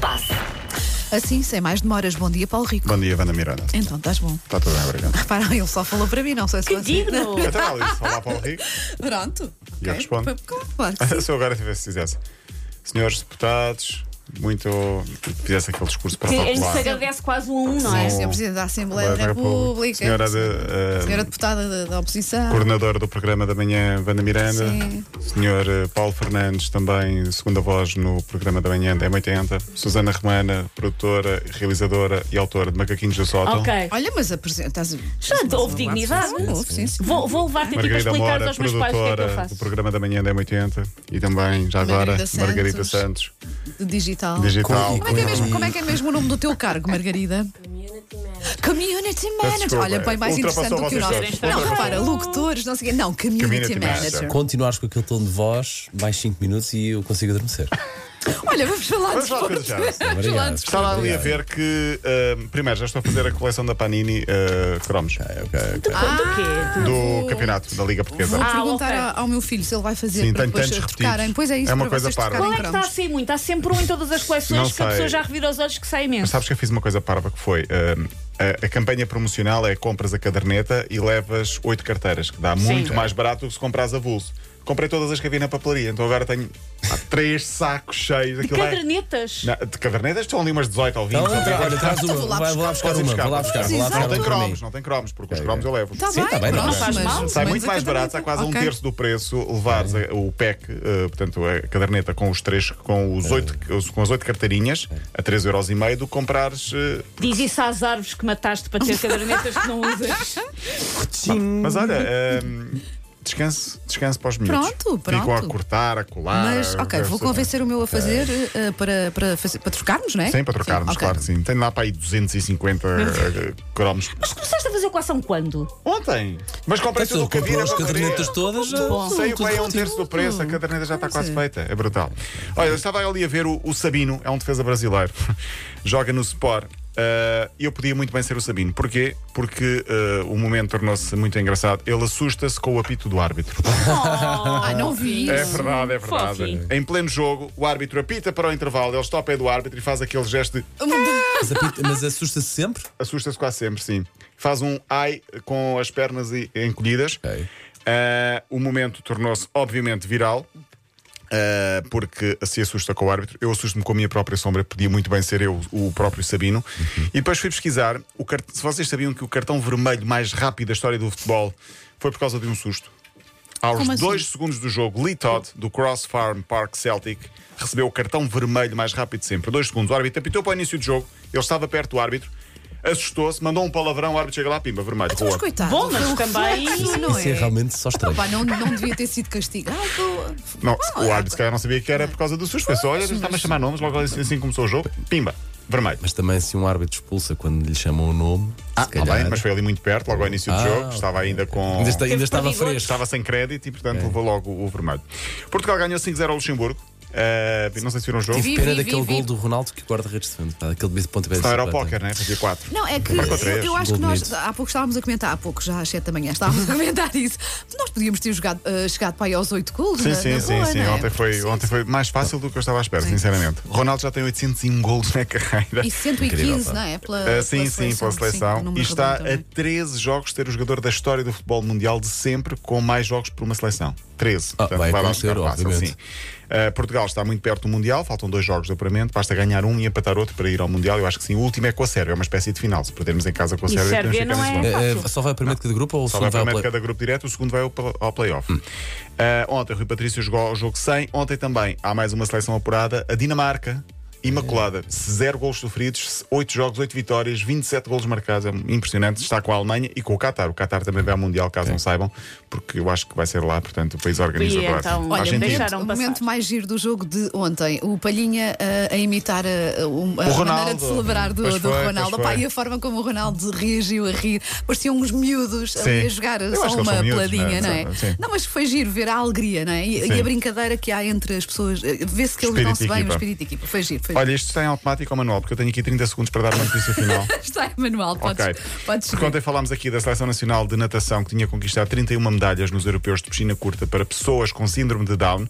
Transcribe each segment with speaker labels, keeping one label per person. Speaker 1: passa.
Speaker 2: Assim, sem mais demoras, bom dia, Paulo Rico.
Speaker 3: Bom dia, Vanda Miranda.
Speaker 2: Então, estás bom.
Speaker 3: Está tudo bem, obrigado. Então,
Speaker 2: Repara, ele só falou para mim, não sei se
Speaker 1: Que
Speaker 2: você-
Speaker 1: digno!
Speaker 3: Até lá, Alice, falar para o Rico.
Speaker 2: Pronto.
Speaker 3: E eu
Speaker 2: Ok.
Speaker 3: respondo.
Speaker 2: Claro, Claro que sim.
Speaker 3: Se eu agora tivesse fizesse. Senhores deputados, muito. fizesse aquele discurso para
Speaker 1: Sim, ele
Speaker 3: popular.
Speaker 1: se agradece quase um, um, não é? é
Speaker 2: Senhor Ah, Presidente da Assembleia da
Speaker 3: Agora,
Speaker 2: República.
Speaker 3: Senhora, de, eh,
Speaker 2: Senhora Deputada da, da Oposição.
Speaker 3: coordenadora do programa da manhã, Vanda Miranda.
Speaker 2: Sim.
Speaker 3: Senhor eh, Paulo Fernandes, também segunda voz no programa da manhã da M80. Susana Romana, produtora, realizadora e autora de Macaquinhos do Sótão.
Speaker 1: Ok.
Speaker 2: Olha, mas apresenta. estás-
Speaker 1: Portanto, houve dignidade.
Speaker 2: Houve, sim, sim.
Speaker 1: Vou, vou levar-te aqui para
Speaker 3: Margarida
Speaker 1: explicar
Speaker 3: Mora,
Speaker 1: aos meus pais o que é que eu
Speaker 3: produtora
Speaker 1: faço.
Speaker 3: do programa da manhã da M80 e também, já agora,
Speaker 2: Margarida Santos.
Speaker 3: Margarida Santos,
Speaker 2: De digital.
Speaker 3: digital.
Speaker 2: Como é, que é mesmo, como é que é mesmo o nome do teu cargo, Margarida? Community
Speaker 3: Peço
Speaker 2: Manager.
Speaker 3: desculpa,
Speaker 2: Olha, bem mais
Speaker 3: ultrapassou
Speaker 2: interessante do que o
Speaker 3: vocês
Speaker 2: nosso.
Speaker 3: dois.
Speaker 2: Não, repara, locutores, não sei o quê. Não, Community,
Speaker 3: Community
Speaker 2: Manager.
Speaker 3: Manager.
Speaker 4: Continuares com aquele tom de voz, mais 5 minutos e eu consigo adormecer.
Speaker 2: Olha, vamos falar de
Speaker 3: Vamos falar de coisas
Speaker 2: desporto.
Speaker 3: já.
Speaker 2: Vamos falar de
Speaker 4: Obrigado.
Speaker 2: desporto.
Speaker 3: Estava ali a ver que, ah, primeiro, já estou a fazer a coleção da Panini ah, cromos
Speaker 4: Ok, ok, ok.
Speaker 1: Do
Speaker 2: Ah,
Speaker 4: é
Speaker 1: quê?
Speaker 3: do campeonato da Liga Portuguesa.
Speaker 2: Vou
Speaker 4: Uhum.
Speaker 1: Ah,
Speaker 2: perguntar
Speaker 1: ok.
Speaker 2: ao- ao meu filho se ele vai fazer
Speaker 3: Sim,
Speaker 2: para
Speaker 3: tem
Speaker 2: depois
Speaker 3: tantos
Speaker 2: retocarem.
Speaker 3: repetidos.
Speaker 2: Pois é isso,
Speaker 3: É uma
Speaker 2: para
Speaker 3: coisa
Speaker 2: vocês
Speaker 3: parva.
Speaker 1: Qual é
Speaker 2: tocarem
Speaker 1: que está a
Speaker 2: cromos.
Speaker 1: sair muito? Há sempre um em todas as coleções
Speaker 3: Não
Speaker 1: que a pessoa
Speaker 3: sei.
Speaker 1: já revira os olhos que sai
Speaker 3: Mas
Speaker 1: imenso.
Speaker 3: sabes que eu fiz uma coisa parva que foi. ah, a, a campanha promocional é compras a caderneta e levas oito carteiras, que dá muito mais barato do que se compras a vulso. Comprei todas as que havia na papelaria, então agora tenho pá, três sacos cheios.
Speaker 1: De
Speaker 3: Aquilo é-
Speaker 1: cadernetas.
Speaker 3: Na- de cadernetas estão ali umas 18 ou 20.
Speaker 4: Então,
Speaker 3: ou 30.
Speaker 4: tra- olha, traz uma.
Speaker 2: Vou lá
Speaker 4: Vai, vou lá
Speaker 3: Podes
Speaker 4: buscar
Speaker 3: ir
Speaker 4: uma. Vou lá
Speaker 3: buscar,
Speaker 4: buscar, vou
Speaker 2: Exato.
Speaker 4: lá buscar
Speaker 3: Não tem
Speaker 4: uma para mim.
Speaker 3: cromos, não tem cromos, porque os cromos eu levo.
Speaker 2: Está
Speaker 4: Sim,
Speaker 2: bem,
Speaker 4: tá bem, não
Speaker 2: pronto,
Speaker 1: faz
Speaker 2: mas-
Speaker 1: mal.
Speaker 3: Sai
Speaker 2: mas
Speaker 3: muito
Speaker 2: a
Speaker 3: mais
Speaker 2: caderneta-
Speaker 3: barato, sai quase
Speaker 2: Ok.
Speaker 3: um terço do preço levares a- o pack, eh, portanto, a caderneta com os três, com, os oito, os- com as oito carteirinhas, a 3,5€ do que comprares. eh,
Speaker 1: Diz isso às árvores que mataste para ter cadernetas que não usas.
Speaker 3: Mas olha, ehm, descanse, descanse para os miúdos.
Speaker 2: Pronto,
Speaker 3: Ficam a
Speaker 2: pronto.
Speaker 3: cortar, a colar.
Speaker 2: Mas,
Speaker 3: a-
Speaker 2: ok, vou
Speaker 3: a-
Speaker 2: convencer o meu a fazer eh, para, para, fazer- para trocarmos, não é?
Speaker 3: Sim, para trocarmos,
Speaker 2: ok.
Speaker 3: claro que sim. Tenho lá para aí 250 eh, cromos.
Speaker 1: Mas começaste a fazer coleção quando?
Speaker 3: Ontem! Mas comprei tudo
Speaker 4: Então,
Speaker 3: o que é havia
Speaker 4: comprou
Speaker 3: na
Speaker 4: as cadernetas
Speaker 3: papelaria.
Speaker 4: todas. já-
Speaker 3: Sei o
Speaker 4: tudo
Speaker 3: que é um
Speaker 4: repetido.
Speaker 3: terço do preço, a caderneta já está quase
Speaker 2: é.
Speaker 3: feita. É brutal. Olha, eu estava ali a ver o, o Sabino, é um defesa brasileiro, joga no Sport. Ah, eu podia muito bem ser o Sabino. Porquê? Porque ah, o momento tornou-se muito engraçado. Ele assusta-se com o apito do árbitro.
Speaker 2: Ah, não vi.
Speaker 3: É
Speaker 2: isso.
Speaker 3: verdade, é verdade.
Speaker 1: Fofinho.
Speaker 3: Em pleno jogo, o árbitro apita para o intervalo, ele está ao pé do árbitro e faz aquele gesto de
Speaker 4: Mas apita- Mas assusta-se sempre?
Speaker 3: assusta-se quase sempre, sim. Faz um ai com as pernas e- encolhidas.
Speaker 4: Ok.
Speaker 3: Ah, o momento tornou-se, obviamente, viral. ah, porque se assusta com o árbitro, eu assusto-me com a minha própria sombra, podia muito bem ser eu, o próprio Sabino. E depois fui pesquisar o cart... se vocês sabiam que o cartão vermelho mais rápido da história do futebol foi por causa de um susto. Aos
Speaker 2: Como assim?
Speaker 3: dois segundos do jogo, Lee Todd, do Cross Farm Park Celtic, recebeu o cartão vermelho mais rápido de sempre. Dois segundos. O árbitro apitou para o início do jogo, ele estava perto do árbitro, assustou-se, mandou um palavrão, o árbitro chega lá, pimba, vermelho.
Speaker 2: Então, mas
Speaker 3: rua.
Speaker 2: coitado.
Speaker 1: Bom, mas
Speaker 2: foi um
Speaker 1: também-
Speaker 2: reflexo, não
Speaker 4: Isso é realmente só estranho.
Speaker 2: Pá, não, não devia ter sido castigado.
Speaker 3: Não,
Speaker 2: Não,
Speaker 3: o
Speaker 2: é-
Speaker 3: árbitro se calhar não sabia que era por causa do susto. Pensou, olha, está-me a chamar nomes, logo assim, assim começou o jogo, pimba, vermelho.
Speaker 4: Mas também, se um árbitro expulsa quando lhe chamam o nome, se
Speaker 3: Está
Speaker 4: calhar.
Speaker 3: tá bem, mas foi ali muito perto, logo ao início do
Speaker 4: Ah,
Speaker 3: jogo,
Speaker 4: ok.
Speaker 3: estava ainda com.
Speaker 4: Ainda, está- ainda
Speaker 1: Teve
Speaker 4: estava
Speaker 1: perigo.
Speaker 4: fresco.
Speaker 3: Estava sem crédito e, portanto, levou logo o vermelho. Portugal ganhou 5-0 ao Luxemburgo. Ah, não sei se viram o jogo.
Speaker 2: Vi,
Speaker 4: Tive
Speaker 2: vi,
Speaker 4: pena
Speaker 2: vi,
Speaker 4: daquele
Speaker 2: vi.
Speaker 4: gol do Ronaldo que o guarda-redes defende. pá, Aquele de pontapé de
Speaker 3: Não era o
Speaker 4: bicicleta.
Speaker 3: póquer, né? Fazia 4.
Speaker 2: Não, é que eu,
Speaker 3: Marcou três.
Speaker 2: eu acho que
Speaker 4: Gol
Speaker 2: nós
Speaker 4: bonito.
Speaker 2: há pouco estávamos a comentar, há pouco, já às 7 da manhã, estávamos a comentar isso. Nós podíamos ter jogado, eh, chegado para aí aos 8 golos.
Speaker 3: Sim,
Speaker 2: na,
Speaker 3: sim,
Speaker 2: na
Speaker 3: sim,
Speaker 2: boa,
Speaker 3: sim.
Speaker 2: não é?
Speaker 3: Ontem, foi,
Speaker 2: Sim,
Speaker 3: ontem
Speaker 2: sim.
Speaker 3: foi mais fácil do que eu estava à espera, sinceramente. Ronaldo já tem 801 golos na carreira.
Speaker 2: E 115,
Speaker 4: Incrível, pá.
Speaker 2: não é? Pela,
Speaker 3: Ah, sim, sim, pela
Speaker 2: sim,
Speaker 3: seleção.
Speaker 2: número
Speaker 3: E está
Speaker 2: redondo, não
Speaker 3: a
Speaker 2: é?
Speaker 3: 13 jogos de ter o jogador da história do futebol mundial de sempre com mais jogos por uma seleção. 13.
Speaker 4: Ah, vai
Speaker 3: lá
Speaker 4: acontecer,
Speaker 3: ficar
Speaker 4: obviamente.
Speaker 3: Ah, Portugal está muito perto do Mundial, faltam dois jogos de apuramento, basta ganhar um e empatar outro para ir ao Mundial. Eu acho que sim. O último é com a Sérvia, é uma espécie de final. Se perdermos em casa com a
Speaker 1: E
Speaker 3: Sérvia,
Speaker 1: Sérvia
Speaker 3: podemos
Speaker 1: não
Speaker 3: ficar em
Speaker 1: é-
Speaker 3: segundo.
Speaker 4: Eh, eh,
Speaker 1: Fácil.
Speaker 4: só vai primeiro de cada grupo ou o
Speaker 3: Só
Speaker 4: segundo
Speaker 3: vai
Speaker 4: vai ao
Speaker 3: primeiro de
Speaker 4: play?
Speaker 3: cada grupo direto, o segundo vai ao pl- ao playoff. Ah, ontem o Rui Patrício jogou o jogo 100, ontem também há mais uma seleção apurada, a Dinamarca. Imaculada, zero golos sofridos, 8 jogos, 8 vitórias, 27 golos marcados, é impressionante. Está com a Alemanha e com o Qatar. O Qatar também vai ao Mundial, caso não saibam, porque eu acho que vai ser lá, portanto, o país organizador.
Speaker 1: E então,
Speaker 3: A
Speaker 1: olha,
Speaker 3: Argentina.
Speaker 1: deixaram-
Speaker 2: O
Speaker 1: passar.
Speaker 2: momento mais giro do jogo de ontem, o Palhinha ah, a imitar ah, um- a,
Speaker 3: Ronaldo.
Speaker 2: maneira de celebrar do,
Speaker 3: Pois
Speaker 2: do
Speaker 3: foi, pois
Speaker 2: Ronaldo. Pá,
Speaker 3: foi.
Speaker 2: e a forma como o Ronaldo reagiu a rir. Pareciam uns miúdos ali
Speaker 3: Sim.
Speaker 2: a jogar
Speaker 3: Eu acho
Speaker 2: só
Speaker 3: que eles
Speaker 2: uma
Speaker 3: são miúdos,
Speaker 2: peladinha,
Speaker 3: né?
Speaker 2: não é?
Speaker 3: Sim.
Speaker 2: Não, mas foi giro ver a alegria, não é? E, e
Speaker 3: Sim.
Speaker 2: a brincadeira que há entre as pessoas. eh, Vê-se que eles
Speaker 3: Espírito
Speaker 2: dão-se
Speaker 3: de
Speaker 2: bem, o
Speaker 3: equipa.
Speaker 2: espírito de equipa. Foi giro, foi
Speaker 3: Olha, isto está em automático ou manual, porque eu tenho aqui 30 segundos para dar uma notícia final.
Speaker 2: Está em manual, podes,
Speaker 3: Ok.
Speaker 2: podes
Speaker 3: Porque
Speaker 2: seguir.
Speaker 3: ontem falámos aqui da Seleção Nacional de Natação, que tinha conquistado 31 medalhas nos europeus de piscina curta para pessoas com síndrome de Down.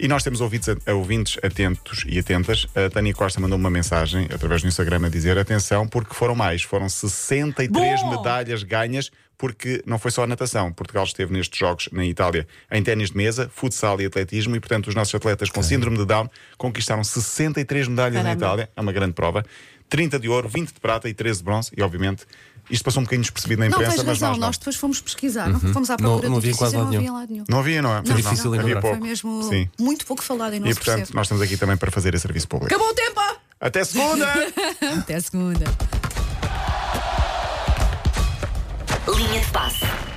Speaker 3: E nós temos ouvidos, a- ouvintes atentos e atentas. A Tânia Costa mandou uma mensagem através do Instagram a dizer: atenção, porque foram mais, foram 63
Speaker 1: Bom!
Speaker 3: medalhas ganhas. Porque não foi só a natação. Portugal esteve nestes jogos na Itália em ténis de mesa, futsal e atletismo, e portanto os nossos atletas com síndrome de Down conquistaram 63 medalhas na
Speaker 1: Caramba.
Speaker 3: Itália. É uma grande prova. 30 de ouro, 20 de prata e 13 de bronze. E obviamente isto passou um bocadinho despercebido na
Speaker 2: Não,
Speaker 3: imprensa,
Speaker 2: tens
Speaker 3: mas
Speaker 2: razão,
Speaker 3: nós não.
Speaker 2: nós depois fomos pesquisar, não fomos à
Speaker 4: Uhum. Não-
Speaker 2: procura
Speaker 4: não
Speaker 2: do
Speaker 4: havia
Speaker 2: pesquisa,
Speaker 4: quase
Speaker 2: não
Speaker 4: lado
Speaker 2: havia
Speaker 4: nenhum.
Speaker 2: lado nenhum.
Speaker 3: Não havia, não é? Foi
Speaker 4: difícil
Speaker 3: não, havia
Speaker 4: encontrar.
Speaker 3: pouco.
Speaker 2: Foi mesmo
Speaker 3: Sim.
Speaker 2: muito pouco falado e não
Speaker 3: E
Speaker 2: se percebe.
Speaker 3: portanto, nós estamos aqui também para fazer esse serviço público.
Speaker 2: Acabou o tempo!
Speaker 3: Até segunda!
Speaker 2: Até a segunda.
Speaker 5: Linha de passe.